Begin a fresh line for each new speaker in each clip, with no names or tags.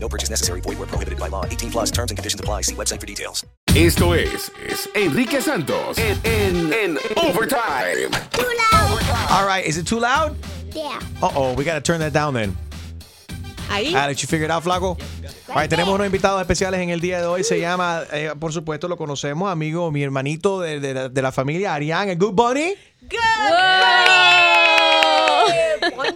No purchase necessary. Void where prohibited by law. 18 plus terms and conditions apply. See website for details.
Esto es, es Enrique Santos en, en, en Overtime.
All right, is it too loud?
Yeah.
Uh oh, we gotta turn that down then.
Ahí.
Alex, you figured it out, flaco. All right, tenemos unos invitados especiales en el día de hoy. Se llama, eh, por supuesto, lo conocemos, amigo, mi hermanito de, de la, de la familia, Arián, el Good Bunny.
Good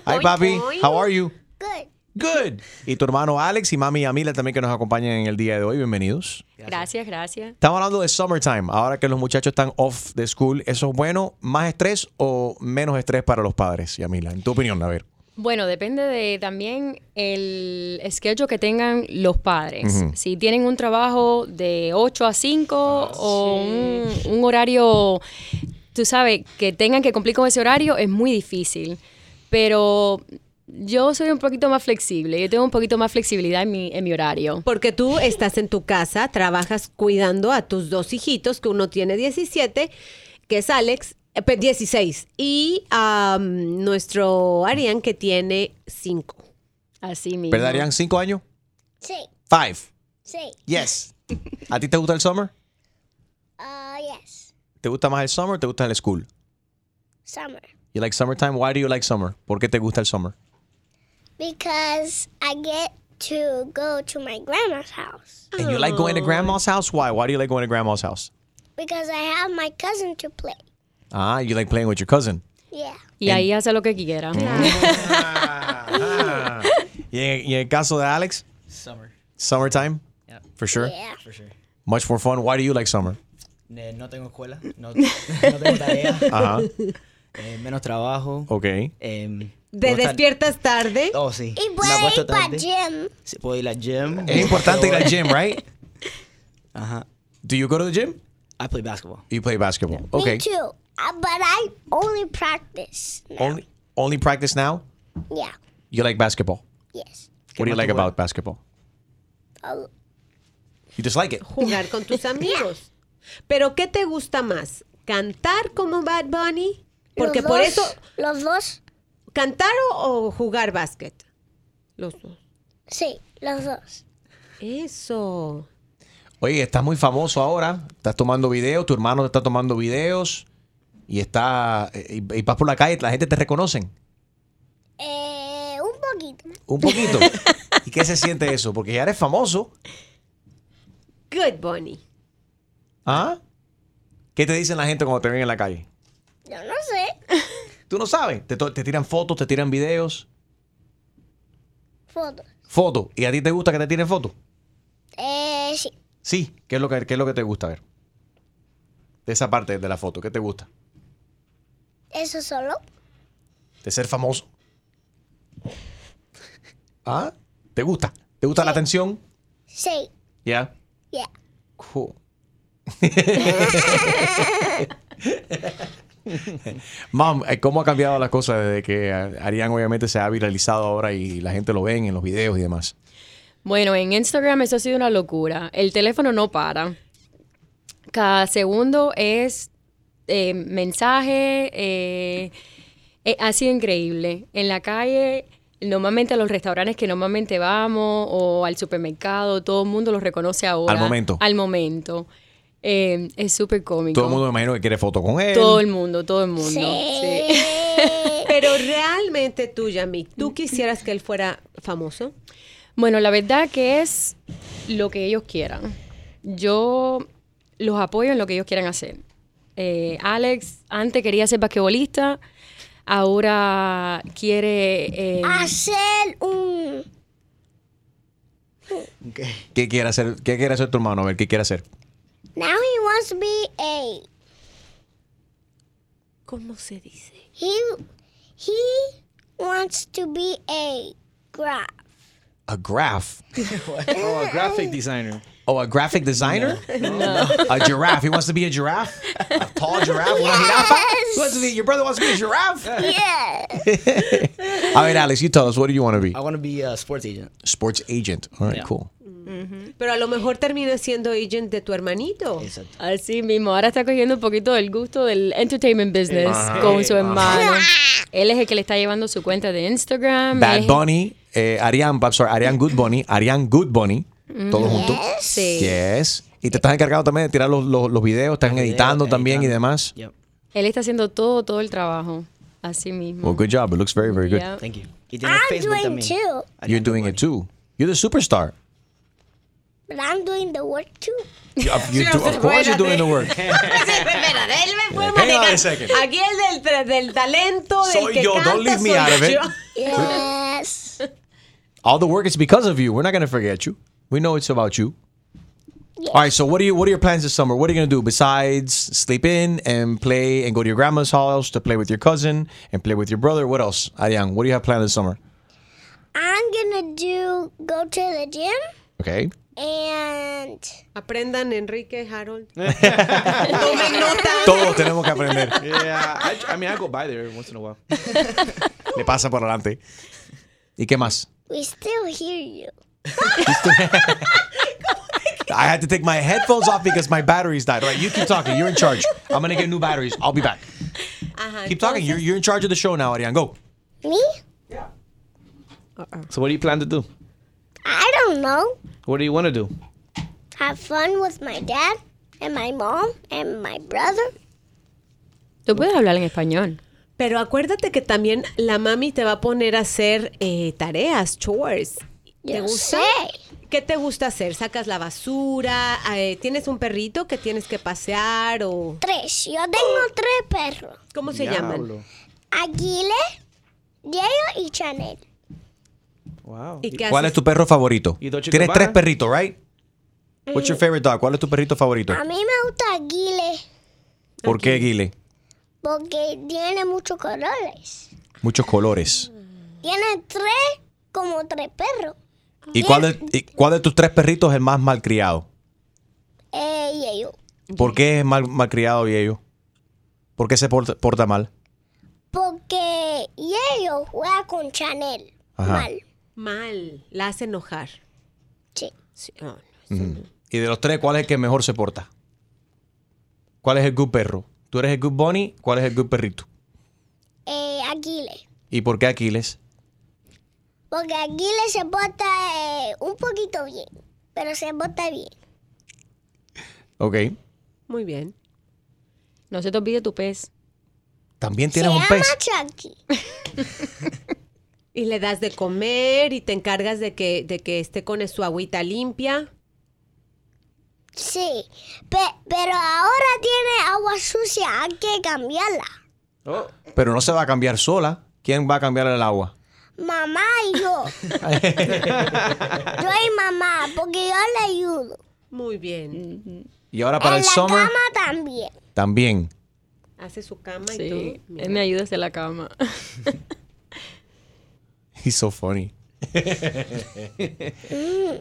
Hi, papi. How are you?
Good.
Good. Y tu hermano Alex y mami Amila también que nos acompañan en el día de hoy. Bienvenidos.
Gracias, gracias.
Estamos hablando de summertime. Ahora que los muchachos están off de school, ¿eso es bueno? ¿Más estrés o menos estrés para los padres, Yamila? En tu opinión, a ver.
Bueno, depende de también el schedule que tengan los padres. Si tienen un trabajo de 8 a 5 o un, un horario, tú sabes, que tengan que cumplir con ese horario, es muy difícil. Pero yo soy un poquito más flexible. Yo tengo un poquito más flexibilidad en mi, en mi horario.
Porque tú estás en tu casa, trabajas cuidando a tus dos hijitos, que uno tiene 17, que es Alex, eh, pe- 16, y a mm, nuestro Arián, que tiene 5.
Así mismo.
¿Verdad, Arián? ¿Cinco años?
Sí.
Five.
Sí.
Yes. ¿A ti te gusta el summer?
Uh, yes.
¿Te gusta más el summer o te gusta el school?
Summer.
You like summertime? Why do you like summer? ¿Por qué te gusta el summer?
Because I get to go to my grandma's house.
And you like going to grandma's house? Why? Why do you like going to grandma's house?
Because I have my cousin to play.
Ah, you like playing with your cousin.
Yeah.
Y ahí hace lo que quiera.
Y en, y en el caso de Alex,
Summer.
summertime, for sure.
Yeah.
For sure.
Much more fun. Why do you like summer?
Eh, No tengo escuela, no, no tengo tarea,
Ajá.
eh, menos trabajo.
Okay.
em,
Te
puedo estar-
despiertas tarde.
Oh, sí.
Y
Me
puedo
acuesto
ir para
tarde.
gym.
Sí, puedo ir al gym.
Es importante ir al gym, right?
Ajá.
Do you go to the gym?
I play basketball.
You play basketball.
Me
Okay.
too. Uh, but I only practice.
Only only practice now?
Yeah.
You like basketball.
Yes.
What do you
más
like
tú
about basketball?
Uh,
You just like it.
Jugar con tus amigos. Pero, ¿qué te gusta más? ¿Cantar como Bad Bunny? Porque
los
por
dos-
eso,
Los dos.
¿cantar o, o jugar básquet? Los dos.
Sí. Los dos.
Eso.
Oye, estás muy famoso ahora. Estás tomando videos, tu hermano te está tomando videos y está y, y vas por la calle, la gente te reconocen
Eh, un poquito.
un poquito. ¿Y qué se siente eso? Porque ya eres famoso.
Good Bunny.
¿Ah? ¿Qué te dicen la gente cuando te ven en la calle?
Yo no sé.
Tú no sabes. Te, to- te tiran fotos, te tiran videos.
Fotos.
Fotos. ¿Y a ti te gusta que te tiren fotos?
Eh, sí.
Sí. ¿Qué es lo que, qué es lo que te gusta A ver? De esa parte de la foto, ¿qué te gusta?
Eso solo.
De ser famoso. ¿Ah? ¿Te gusta? ¿Te gusta la atención?
Sí.
Ya.
Yeah.
Cool. Mom, eh, ¿cómo ha cambiado las cosas desde que eh, Arián obviamente se ha viralizado ahora y la gente lo ve en los videos y demás?
Bueno, en Instagram eso ha sido una locura. El teléfono no para. Cada segundo es eh, mensaje. eh, eh, ha sido increíble. En la calle, normalmente a los restaurantes que normalmente vamos o al supermercado, todo el mundo los reconoce ahora.
Al momento.
Al momento. Eh, es súper cómico.
Todo el mundo me imagino que quiere foto con él.
Todo el mundo, todo el mundo.
Sí.
Sí.
Pero realmente tú, Yamik, ¿tú quisieras que él fuera famoso?
Bueno, la verdad que es lo que ellos quieran. Yo los apoyo en lo que ellos quieran hacer. Eh, Alex antes quería ser basquetbolista, ahora quiere... eh,
Hacer un.
¿Qué quiere hacer? ¿Qué quiere hacer tu hermano? A ver, ¿qué quiere hacer?
Now he wants to be a.
¿Cómo se dice?
He he wants to be a graph.
A graph.
Oh, a graphic designer.
Oh, a graphic designer? A giraffe. He wants to be a giraffe? A tall giraffe? Una jirafa? He wants to be- your brother wants to be a giraffe?
Yeah.
All right, Alex, you tell us, what do you want to be?
I want to be a sports agent.
Sports agent. All right,
Yeah.
cool.
Pero a lo mejor termina siendo agent de tu hermanito.
Exacto.
Así mismo, ahora está cogiendo un poquito el gusto del entertainment business con su hermano. Él es el que le está llevando su cuenta de Instagram. él
Bad
es-
Bunny, eh, Arián, I'm sorry, Arián Good Bunny, Arián Good Bunny, todos juntos.
Sí.
Yes. Y te estás encargando también de tirar los, los, los videos, están editando también y demás.
Yep.
Él está haciendo todo, todo el trabajo. Así mismo.
Well, good job. It looks very, very good.
Yeah.
Thank you. Y tiene
I'm
Facebook
doing
también.
too,
You're doing it too. You're the superstar.
but I'm doing the work too.
You- uh, you do- of course you're doing the work.
Espérate, él me fue
Hang on
manejar.
a second.
Aquí el del, tra- del talento, del
Soy
que
yo,
canta,
don't leave me
soy
out of it.
yo.
Yes.
All the work is because of you. We're not gonna forget you. We know it's about you. All right. So what are you? What are your plans this summer? What are you gonna do besides sleep in and play and go to your grandma's house to play with your cousin and play with your brother? What else, Ariang? What do you have planned this summer?
I'm gonna do go to the gym
Okay.
and
Aprendan, Enrique, Harold. Tomen nota.
Todos tenemos que aprender.
Yeah, I, I mean, I go by there every once in a while.
Le pasa por delante. ¿Y qué más?
we still hear you.
I had to take my headphones off because my batteries died. All right, you keep talking. You're in charge. I'm gonna get new batteries. I'll be back.
Ajá,
Keep talking. You're, you're in charge of the show now, Ariang. Go.
Me?
Uh-uh. So, what do you plan to do?
I don't know.
What do you want to do?
Have fun with my dad and my mom and my brother.
Tú puedes hablar en español.
Pero acuérdate que también la mami te va a poner a hacer eh, tareas, chores. ¿Te
Yo
gusta?
sé.
¿Qué te gusta hacer? ¿Sacas la basura? Eh, ¿Tienes un perrito que tienes que pasear? o
Tres. Yo tengo tres perros.
¿Cómo se llaman?
Diablo.
Aguile, Diego y Chanel.
Wow.
¿Y qué
¿Cuál es
haces?
tu perro favorito?
¿Y Dolce
Tienes tres
Gabbana?
perritos, right?
Eh.
What's your favorite dog? ¿Cuál es tu perrito favorito?
A mí me gusta Aguile
¿Por qué, Guile?
porque tiene muchos colores.
Muchos colores.
Tiene tres, como tres perros.
¿Y cuál, de, y cuál de tus tres perritos es el más malcriado?
Eh, y ellos.
¿Por qué es mal, malcriado y ello? ¿Por qué se porta, porta mal?
Porque Yellow juega con Chanel.
Ajá.
Mal.
Mal, la hace enojar.
Sí.
Sí, no, no.
Y de los tres, ¿cuál es el que mejor se porta? ¿Cuál es el good perro? ¿Tú eres el good bunny? ¿Cuál es el good perrito?
Eh, Aguile.
¿Y por qué Aquiles?
Porque Aguile se porta eh, un poquito bien. Pero se porta bien.
Ok.
Muy bien.
No se te olvide tu pez.
También
Se
tienes un
llama
pez.
Chucky.
Y le das de comer y te encargas de que, de que esté con su agüita limpia.
Sí. Pe- pero ahora tiene agua sucia. Hay que cambiarla.
Oh,
Pero no se va a cambiar sola. ¿Quién va a cambiar el agua?
Mamá y yo. yo y mamá. Porque yo le ayudo.
Muy bien.
Y ahora para
en
el
la
summer
cama también.
también.
Hace su cama y
Sí.
todo. Mira.
Él me ayuda a hacer la cama.
He's so funny.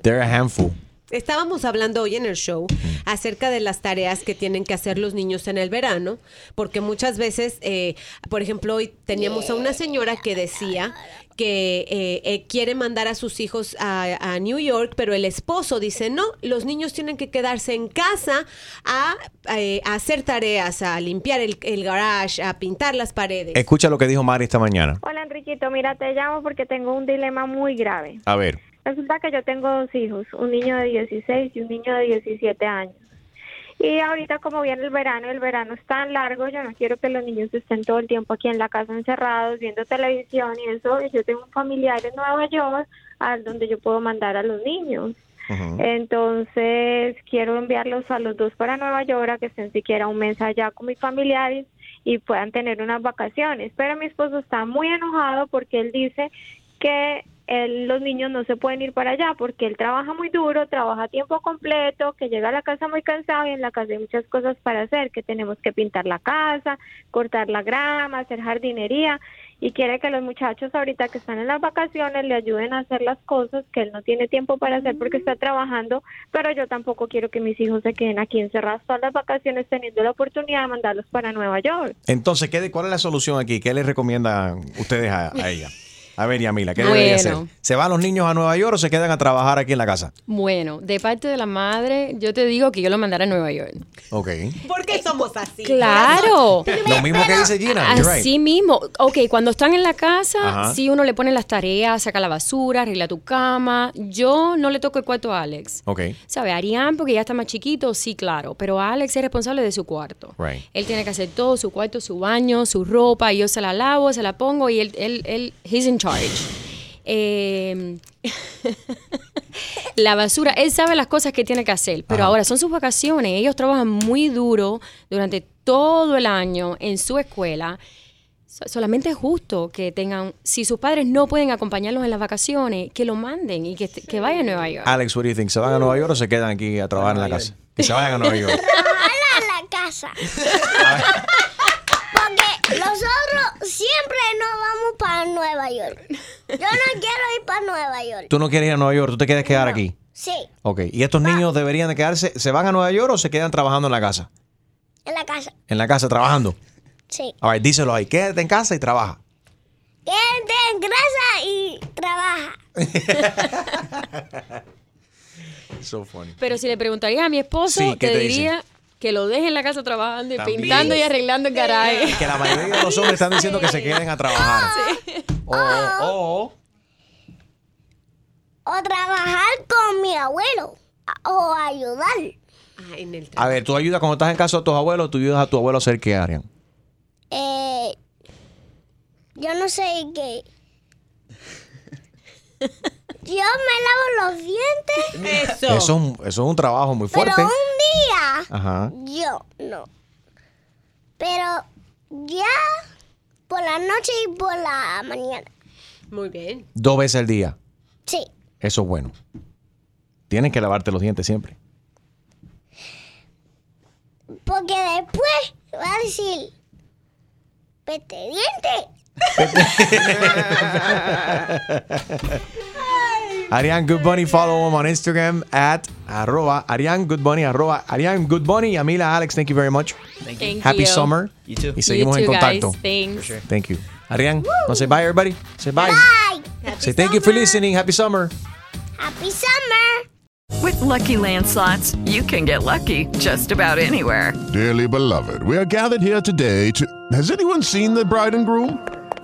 They're a handful.
Estábamos hablando hoy en el show acerca de las tareas que tienen que hacer los niños en el verano, porque muchas veces, eh, por ejemplo, hoy teníamos a una señora que decía que eh, eh, quiere mandar a sus hijos a, a New York, pero el esposo dice, no, los niños tienen que quedarse en casa a, eh, a hacer tareas, a limpiar el, el garage, a pintar las paredes.
Escucha lo que dijo Mari esta mañana.
Hola Enriquito, mira, te llamo porque tengo un dilema muy grave.
A ver.
Resulta que yo tengo dos hijos, un niño de 16 y un niño de 17 años. Y ahorita como viene el verano, el verano es tan largo, yo no quiero que los niños estén todo el tiempo aquí en la casa encerrados viendo televisión y eso. Y Yo tengo un familiar en Nueva York a donde yo puedo mandar a los niños. Entonces quiero enviarlos a los dos para Nueva York a que estén siquiera un mes allá con mis familiares y puedan tener unas vacaciones. Pero mi esposo está muy enojado porque él dice que él- los niños no se pueden ir para allá porque él trabaja muy duro, trabaja a tiempo completo, que llega a la casa muy cansado y en la casa hay muchas cosas para hacer, que tenemos que pintar la casa, cortar la grama, hacer jardinería y quiere que los muchachos ahorita que están en las vacaciones le ayuden a hacer las cosas que él no tiene tiempo para hacer porque está trabajando, pero yo tampoco quiero que mis hijos se queden aquí encerrados todas las vacaciones teniendo la oportunidad de mandarlos para Nueva York.
Entonces, ¿qué, de- ¿cuál es la solución aquí? ¿Qué les recomiendan ustedes a, a ella? A ver, Yamila, ¿qué debería hacer?
Bueno.
¿Se van los niños a Nueva York o se quedan a trabajar aquí en la casa?
Bueno, de parte de la madre, yo te digo que yo lo mandara a Nueva York.
Ok.
¿Por qué somos así?
Claro.
Lo mismo que dice Gina. you're right.
Así mismo. Ok, cuando están en la casa,
Ajá.
si uno le pone las tareas, saca la basura, arregla tu cama. Yo no le toco el cuarto a Alex.
Ok.
¿Sabe? Arián, porque ya está más chiquito, sí, claro. Pero Alex es responsable de su cuarto.
Right.
Él tiene que hacer todo, su cuarto, su baño, su ropa. y Yo se la lavo, se la pongo y él, él, él he's in charge. Eh, la basura, él sabe las cosas que tiene que hacer, pero ahora son sus vacaciones, ellos trabajan muy duro durante todo el año en su escuela. So- Solamente es justo que tengan, si sus padres no pueden acompañarlos en las vacaciones, que lo manden y que, est- que vayan a Nueva York.
Alex, what do you think? ¿Se van a Nueva York o se quedan aquí a trabajar en la casa? Que se vayan a Nueva York.
a la casa. Porque nosotros siempre no vamos para Nueva York. Yo no quiero ir para Nueva York.
Tú no quieres ir a Nueva York, tú te quieres quedar aquí.
Sí,
Ok. ¿Y estos niños deberían de quedarse? ¿Se van a Nueva York o se quedan trabajando en la casa?
en la casa.
En la casa, trabajando.
Sí.
A ver, díselo ahí. Quédate en casa y trabaja.
Quédate en grasa y trabaja.
So funny.
Pero si le preguntaría a mi esposo,
Sí, ¿qué
te,
te dice?
diría que lo deje en la casa trabajando y
También.
pintando y arreglando el garaje.
Que la mayoría de los hombres están diciendo que se queden a trabajar. O, o-
O trabajar con mi abuelo. a- O ayudar.
Ah, en el
a ver, tú ayudas cuando estás en casa de tus abuelos, tú ayudas a tu abuelo a hacer qué, Arian.
Eh, yo no sé qué. Yo me lavo los dientes,
Eso.
Eso. es un- eso es un trabajo muy
pero
fuerte.
un día
Ajá.
yo no. Pero ya por la noche y por la mañana.
Muy bien.
Dos veces al día.
Sí.
Eso es bueno. Tienes que lavarte los dientes siempre.
Porque después va a decir, pete diente.
Arián Good Bunny, follow him on Instagram at arroba Arián Good Bunny, arroba Arián Good Bunny. Yamila, Alex, thank you very much.
Thank
Happy
you.
summer.
You too.
Y seguimos
You
en
too, guys.
contacto.
Thanks.
Thank you. Arián, no say bye, everybody. Say bye.
Bye.
Say thank you for listening. Happy summer.
Happy summer.
With Lucky Land slots, you can get lucky just about anywhere.
Dearly beloved, we are gathered here today to. Has anyone seen the bride and groom?